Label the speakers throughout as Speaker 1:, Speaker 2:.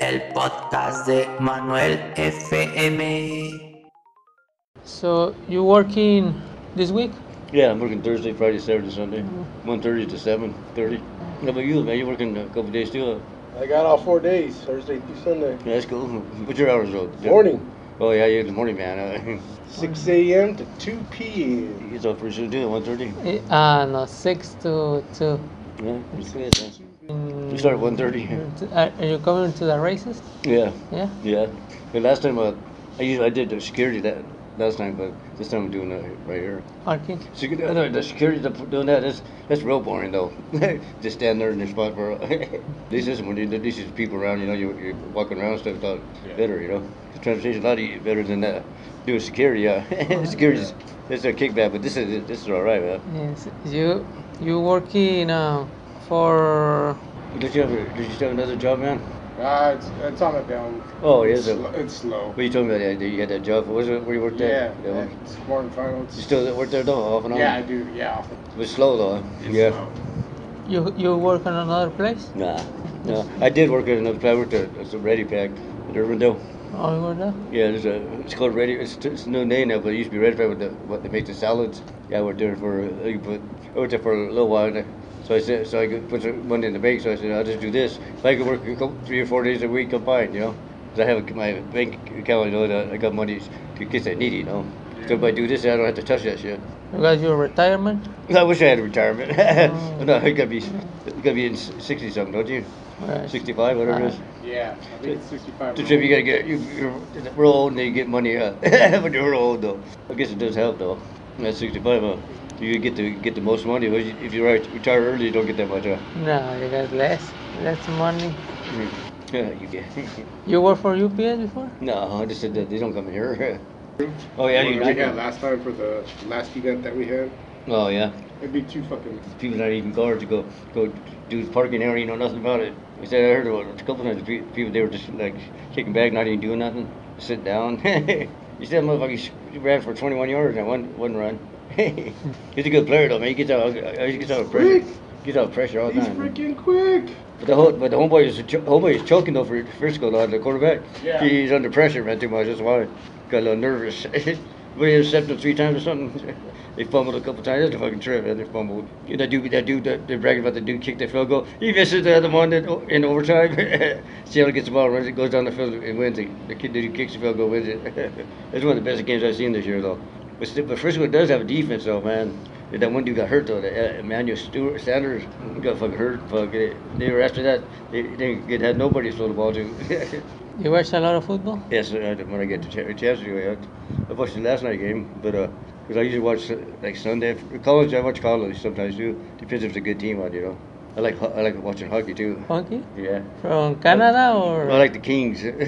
Speaker 1: el podcast de Manuel FM.
Speaker 2: So you working this week?
Speaker 3: Yeah, I'm working Thursday, Friday, Saturday, Sunday, one thirty to seven thirty. How about you, man? You working a couple days too? huh?
Speaker 4: I got all four days, Thursday through Sunday.
Speaker 3: Yeah, that's cool. What's your hours though?
Speaker 4: Morning,
Speaker 3: Oh yeah, you're in the morning man.
Speaker 4: 6 a.m. to 2 p.m.
Speaker 3: He's up pretty soon too, one thirty.
Speaker 2: Eh, Uh, no, six to two.
Speaker 3: Yeah, it's good. huh? We start at one thirty.
Speaker 2: uh, Are, are you coming to the races?
Speaker 3: Yeah,
Speaker 2: Yeah.
Speaker 3: yeah. The last time uh, I used, I did the security that last time, but this time I'm doing that right here.
Speaker 2: Parking.
Speaker 3: Security, uh, the security the- doing that is that's real boring though. Just stand there in your spot for. this is when you, this is people around. You know, you you're walking around and stuff. It's a lot better. You know, transportation a lot e- better than that. Doing security, yeah. security, is that's a kickback, but this is this is all right, man.
Speaker 2: Yes. You you working uh, for?
Speaker 3: Did you have did you have another job, man?
Speaker 4: Ah, it's, it's on the down.
Speaker 3: Oh, it is
Speaker 4: It's,
Speaker 3: a-
Speaker 4: sl- it's slow.
Speaker 3: What you told me about that, that you had that job. What was it where you worked
Speaker 4: Yeah,
Speaker 3: at? That
Speaker 4: yeah
Speaker 3: one?
Speaker 4: it's foreign finals.
Speaker 3: You still work there though, off and on?
Speaker 4: Yeah, I do. Yeah, often.
Speaker 3: It was slow though.
Speaker 4: It's slow.
Speaker 2: You you work on another place?
Speaker 3: Nah. No. I did work at another place. I worked at at a ready pack at Urbandale.
Speaker 2: Or you were there?
Speaker 3: Yeah, there's a, it's called ready. It's, it's no name now, but it used to be ready pack with the, what they make the salads. Yeah, I worked there for, uh, but I worked there for a little while. and I- So I said, so I could put some money in the bank. So I said, I'll just do this. So I could work a couple, three or four days a week combined, you know. 'Cause I have a, my bank account, you know, that I got money in case I need it, you know. So if I do this, I don't have to touch that shit.
Speaker 2: You got your retirement?
Speaker 3: I wish I had a retirement.
Speaker 2: Oh.
Speaker 3: no, you gotta be, you gotta be in sixty something, don't you?
Speaker 2: Right.
Speaker 3: Sixty-five, whatever it is.
Speaker 4: Yeah, I think it's 65.
Speaker 3: To trip, you gotta get. You, you're, we're old, and you get money. Uh, when you're old, though, I guess it does help, though. That's sixty-five. Huh? You get to get the most money. But if you ret- retire early, you don't get that much. Huh?
Speaker 2: No, you got less less money.
Speaker 3: Yeah,
Speaker 4: Mm-hmm.
Speaker 3: you get.
Speaker 2: You work for UPS before?
Speaker 3: no, I just said that they don't come here. oh yeah, you
Speaker 4: What I got
Speaker 3: did.
Speaker 4: last time for the last event that we had,
Speaker 3: Oh yeah.
Speaker 4: it'd be too fucking.
Speaker 3: people not even guards to go go do the parking area, you know nothing about it. I said I heard about it a couple times. pe- People they were just like kicking back, not even doing nothing, sit down. he said, "Motherfucker, sh- he ran for 21 yards in one one run." He's a good player though, man. He gets out, he gets out of pressure. Gets out of pressure all the
Speaker 4: He's
Speaker 3: time. man.
Speaker 4: freaking quick.
Speaker 3: But the whole, but the homeboy is ch- homeboy is choking though for Frisco, though, the quarterback.
Speaker 4: Yeah.
Speaker 3: He's under pressure, man, too much. That's why got a little nervous. but he intercepted him three times or something. they fumbled a couple times. That's a fucking trip, man. They fumbled. You know, that dude, that dude, that, they're bragging about the dude kicked the field goal. He misses the other one in, in overtime. Seattle gets the ball, runs it, goes down the field, and wins it. The kid that who kicks the field goal wins it. That's one of the best games I've seen this year, though. But, still, but Frisco does have a defense, though, man. That one dude got hurt, though. The, uh, Emmanuel Stewart Sanders got fucking hurt. Fuck it. They were after that. They, they didn't had nobody to throw the ball to.
Speaker 2: You watch a lot of football?
Speaker 3: yes, I, when I get the ch- chance to do it, I watched the last night game, but uh 'cause I usually watch uh, like Sunday college. I watch college sometimes too. Depends if it's a good team on, you know. I like ho- I like watching hockey too.
Speaker 2: Funky?
Speaker 3: Yeah.
Speaker 2: From Canada or?
Speaker 3: I like the Kings.
Speaker 2: Oh,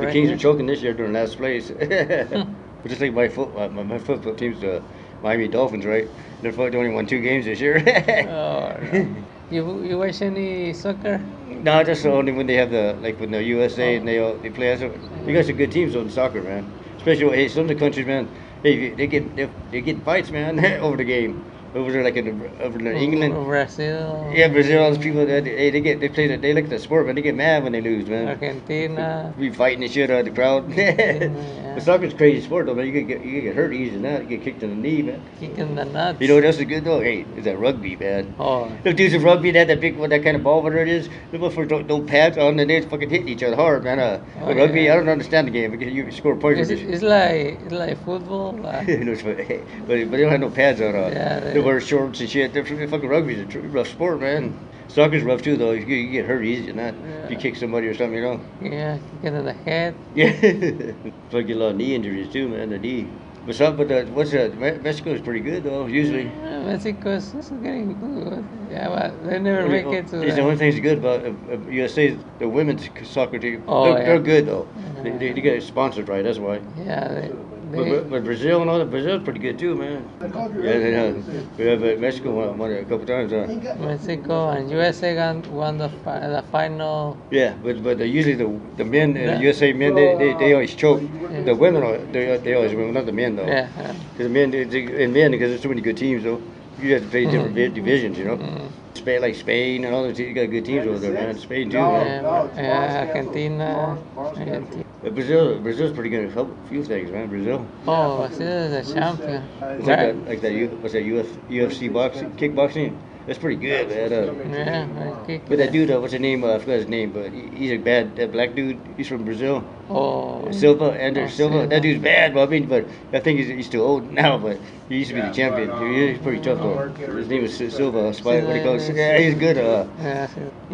Speaker 3: the
Speaker 2: right.
Speaker 3: Kings are choking this year. They're in last place. but just like my foot, my, my, my football team's the Miami Dolphins, right? They're fucking only won two games this year.
Speaker 2: Oh, no. you you watch any soccer?
Speaker 3: no, just only when they have the like when the USA and they all they play. us. You guys are good teams on soccer, man. Especially hey, some of the countries, man. Hey, they get they, they get fights, man, over the game. Over there, like in the, over
Speaker 2: Oh.
Speaker 3: in England.
Speaker 2: Brazil.
Speaker 3: Yeah, Brazil, all those people that hey, they get they play that they like the sport, but they get mad when they lose, man.
Speaker 2: Argentina.
Speaker 3: We fighting and shit out of the crowd.
Speaker 2: Yeah.
Speaker 3: But soccer's a crazy sport though, man. You could get you could get hurt easy than that. You get kicked in the knee, man.
Speaker 2: Kicking the nuts.
Speaker 3: You know what else is good though? Hey, is that rugby, man.
Speaker 2: Oh,
Speaker 3: The dudes in rugby that that big one, that kind of ball, whatever it is, the motherfuckers don't, don't pass on, and they're fucking hitting each other hard, man. Uh,
Speaker 2: Oh,
Speaker 3: but rugby,
Speaker 2: yeah.
Speaker 3: I don't understand the game because you score points.
Speaker 2: it's,
Speaker 3: with this-
Speaker 2: it's like it's like football. But
Speaker 3: It looks funny. but, but they don't have no pads on. Uh,
Speaker 2: Yeah,
Speaker 3: they,
Speaker 2: they-
Speaker 3: wear shorts and shit. They're fucking fucking rugby's a tr- rough sport, man. Soccer's rough too, though. You, you get hurt easy, and that if you
Speaker 2: Yeah.
Speaker 3: kick somebody or something, you know.
Speaker 2: yeah, kicking in the head.
Speaker 3: Yeah, fucking a lot of knee injuries too, man. The knee. But some, but uh, what's that? Me- Mexico's pretty good though. Usually.
Speaker 2: Yeah, Mexico is is getting good. Yeah, but they never make it to.
Speaker 3: It's the
Speaker 2: the-
Speaker 3: only thing that's good about uh, uh, USA is the women's soccer team.
Speaker 2: Oh,
Speaker 3: they're,
Speaker 2: yeah.
Speaker 3: they're good though. They, they, they get sponsored right. That's why.
Speaker 2: yeah, they,
Speaker 3: But,
Speaker 2: they,
Speaker 3: but, but Brazil and all that, Brazil's pretty good too, man. Yeah, they know. Yeah, but Mexico won, won it a couple times, huh?
Speaker 2: Mexico and USA got- won the fi- the final.
Speaker 3: Yeah, but but they usually the the men, uh,
Speaker 2: Yeah.
Speaker 3: USA men, they, they, they always choke. The women, are, they they always win, not the men though.
Speaker 2: Yeah.
Speaker 3: Because men, they- they- and men, because there's so many good teams though. You got to play different vi- divisions, you know.
Speaker 2: Mm.
Speaker 3: Spain, like Spain and all those, you got good teams over there, man. Spain too, man.
Speaker 2: Yeah, yeah, Eh, Argentina. Argentina.
Speaker 3: But Uh, Brazil, Brazil's pretty good at a couple- few things, man. Brazil,
Speaker 2: Oh, Brazil is a champion.
Speaker 3: it's like
Speaker 2: Right.
Speaker 3: that, like that, U, what's that Uf, UFC boxing, kickboxing. That's pretty good, man. Uh,
Speaker 2: Yeah, right kick.
Speaker 3: but that dude, uh, what's his name? Uh, I forgot his name, but he, he's a bad that black dude. He's from Brazil.
Speaker 2: Oh,
Speaker 3: Silva, Anderson
Speaker 2: Oh,
Speaker 3: Silva.
Speaker 2: Silva.
Speaker 3: That dude's bad, but I mean, but I think he's, he's too old now, but he used to be the champion. He- he's pretty tough, though. His name is Si- Silva. Spy, what do you call it? Yeah, he's good. Uh,
Speaker 2: yeah.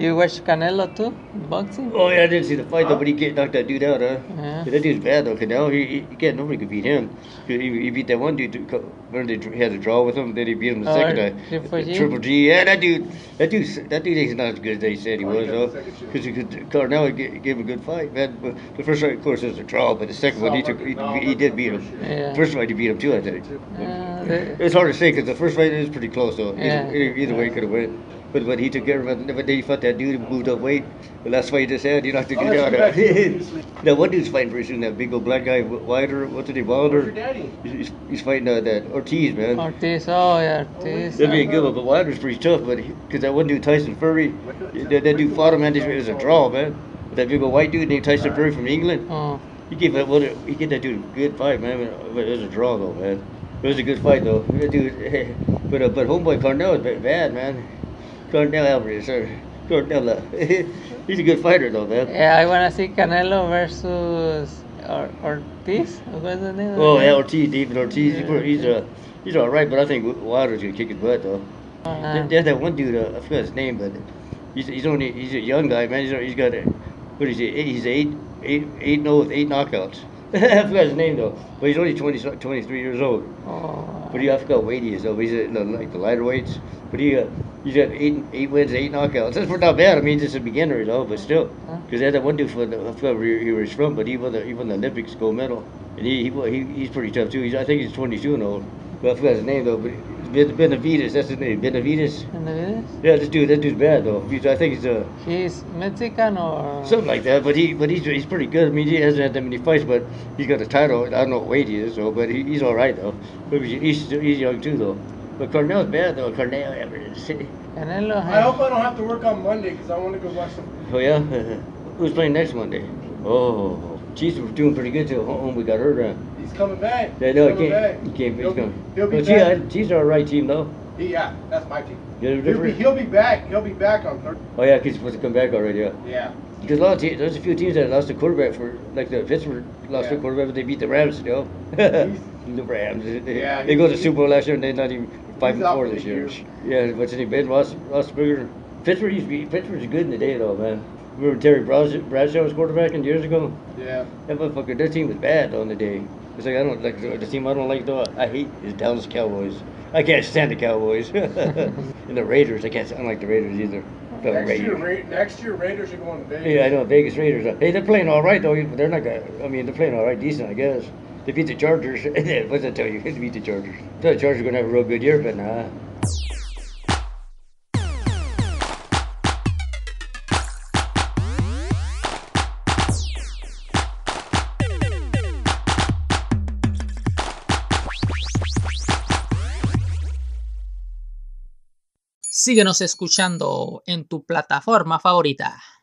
Speaker 2: You watch Canelo too? Boxing?
Speaker 3: oh, yeah, I didn't see the fight, though, but he get, knocked that dude out, huh?
Speaker 2: Yeah.
Speaker 3: Yeah, that dude's bad, though, Canelo. He, he, he can't, nobody could beat him. He, he beat that one dude, to co- remember they, he had a draw with him, then he beat him the
Speaker 2: Oh,
Speaker 3: second
Speaker 2: right.
Speaker 3: time.
Speaker 2: Triple G?
Speaker 3: Triple G, yeah, that dude, that dude, that dude is not as good as they said he was, though. Because Carnell gave him a good fight, man. But the first one, of course, was a draw, but the second one, he took, he, he did beat him.
Speaker 2: Yeah.
Speaker 3: First fight, he beat him too, I think.
Speaker 2: Uh, the-
Speaker 3: It's hard to say because the first fight is pretty close, though. Either,
Speaker 2: Yeah.
Speaker 3: either, either way, could have won. But but he took care of it. But then he fought that dude who moved up weight. The last fight he just had, he knocked the dude out. now one dude's fighting pretty soon. That big old black guy, Wilder. What's his name, Wilder?
Speaker 4: daddy?
Speaker 3: He's, he's- he's fighting uh, that Ortiz, man.
Speaker 2: Ortiz, oh yeah, Ortiz.
Speaker 3: That'd be a good one, but Wilder's pretty tough, but because that one dude, Tyson Fury, that, that dude fought him, man, this- it was a draw, man. That big old white dude named Tyson Fury from England,
Speaker 2: Oh,
Speaker 3: he gave that one, he gave that dude a good fight, man, but but it was a draw though, man. It was a good fight though. That dude, but uh, but homeboy Cornell is ba- bad, man. Cornell Alvarez, or Cornell, uh, he's a good fighter though, man.
Speaker 2: yeah, I wanna see Canelo versus or- Ortiz. What's the name? of
Speaker 3: Oh,
Speaker 2: the
Speaker 3: yeah,
Speaker 2: guy?
Speaker 3: Ortiz, David Ortiz, he's pretty- he's uh, he's all right, but I think Wilder's gonna kick his butt though.
Speaker 2: Uh,
Speaker 3: There- There's that one dude. Uh, I forgot his name, but he's he's only he's a young guy, man. He's, he's got a, what is he? Eight, he's eight eight eight no with eight knockouts. I forgot his name though, but he's only 20, so- 23 years old.
Speaker 2: oh,
Speaker 3: But he, I forgot what weight he is though. He's in the, like the lighter weights. But he uh, he's got eight eight wins, eight knockouts. That's not bad. I mean, he's just a beginner, you know. But still, because there's that one dude from the, I forgot where he was from, but he won the he won the Olympics gold medal, and he he, wa- he he's pretty tough too. He's, I think he's 22 and old. But I forgot his name though. But Ben- Benavides, that's his name. Benavides.
Speaker 2: and the videos?
Speaker 3: Yeah, this dude, that dude's bad though. He's, I think he's uh,
Speaker 2: He's Mexican or?
Speaker 3: something like that, but he, but he's he's pretty good. I mean, he hasn't had that many fights, but he's got a title. I don't know what weight he is, so but he, he's all right though. But he's, he's he's young too though. But Cornell's bad though. Cornell Everest.
Speaker 2: Canelo.
Speaker 5: I
Speaker 2: huh?
Speaker 5: hope I don't have to work on Monday because I want to go watch some.
Speaker 3: Oh yeah, who's playing next Monday? Oh, Chiefs were doing pretty good till home we got hurt. Uh,
Speaker 5: He's coming back.
Speaker 3: they know
Speaker 5: he's
Speaker 3: he
Speaker 5: coming
Speaker 3: can't. He
Speaker 5: back.
Speaker 3: can't. He's
Speaker 5: He'll be-
Speaker 3: coming.
Speaker 5: He'll be
Speaker 3: But
Speaker 5: back.
Speaker 3: Chiefs, Chiefs are all right team though.
Speaker 5: He- yeah, that's my team.
Speaker 3: They're
Speaker 5: He'll be,
Speaker 3: different.
Speaker 5: he'll be back. He'll be back on Thursday.
Speaker 3: Oh yeah, he's supposed to come back already. Yeah.
Speaker 5: Yeah.
Speaker 3: Because a lot of teams, there's a few teams that lost a quarterback for, like the Pittsburgh lost
Speaker 5: Yeah.
Speaker 3: a quarterback, but they beat the Rams, you know. the Rams, they,
Speaker 5: Yeah,
Speaker 3: they go to the
Speaker 5: he's-
Speaker 3: Super Bowl last year and they're not even five
Speaker 5: he's
Speaker 3: and
Speaker 5: out
Speaker 3: four
Speaker 5: for
Speaker 3: this
Speaker 5: the
Speaker 3: year. Yeah, what's his name? Ben Ross, Rossberger. Pittsburgh used to be Pittsburgh's good in the day though, man. Remember Terry Bradshaw, Bradshaw was quarterbacking years ago?
Speaker 5: Yeah.
Speaker 3: That motherfucker, their team was bad on the day. It's like I don't like the team I don't like though. I hate is Dallas Cowboys. I can't stand the Cowboys. and the Raiders, I can't. I don't like the Raiders either. The
Speaker 5: Next year,
Speaker 3: Raiders.
Speaker 5: Ra- next year Raiders are going to Vegas.
Speaker 3: Yeah, I know Vegas Raiders. Hey, they're playing all right though. They're not. gonna- I mean, they're playing all right, decent, I guess. They beat the Chargers. What's that tell you? They beat the Chargers. The Chargers are gonna have a real good year, but nah.
Speaker 6: Síguenos escuchando en tu plataforma favorita.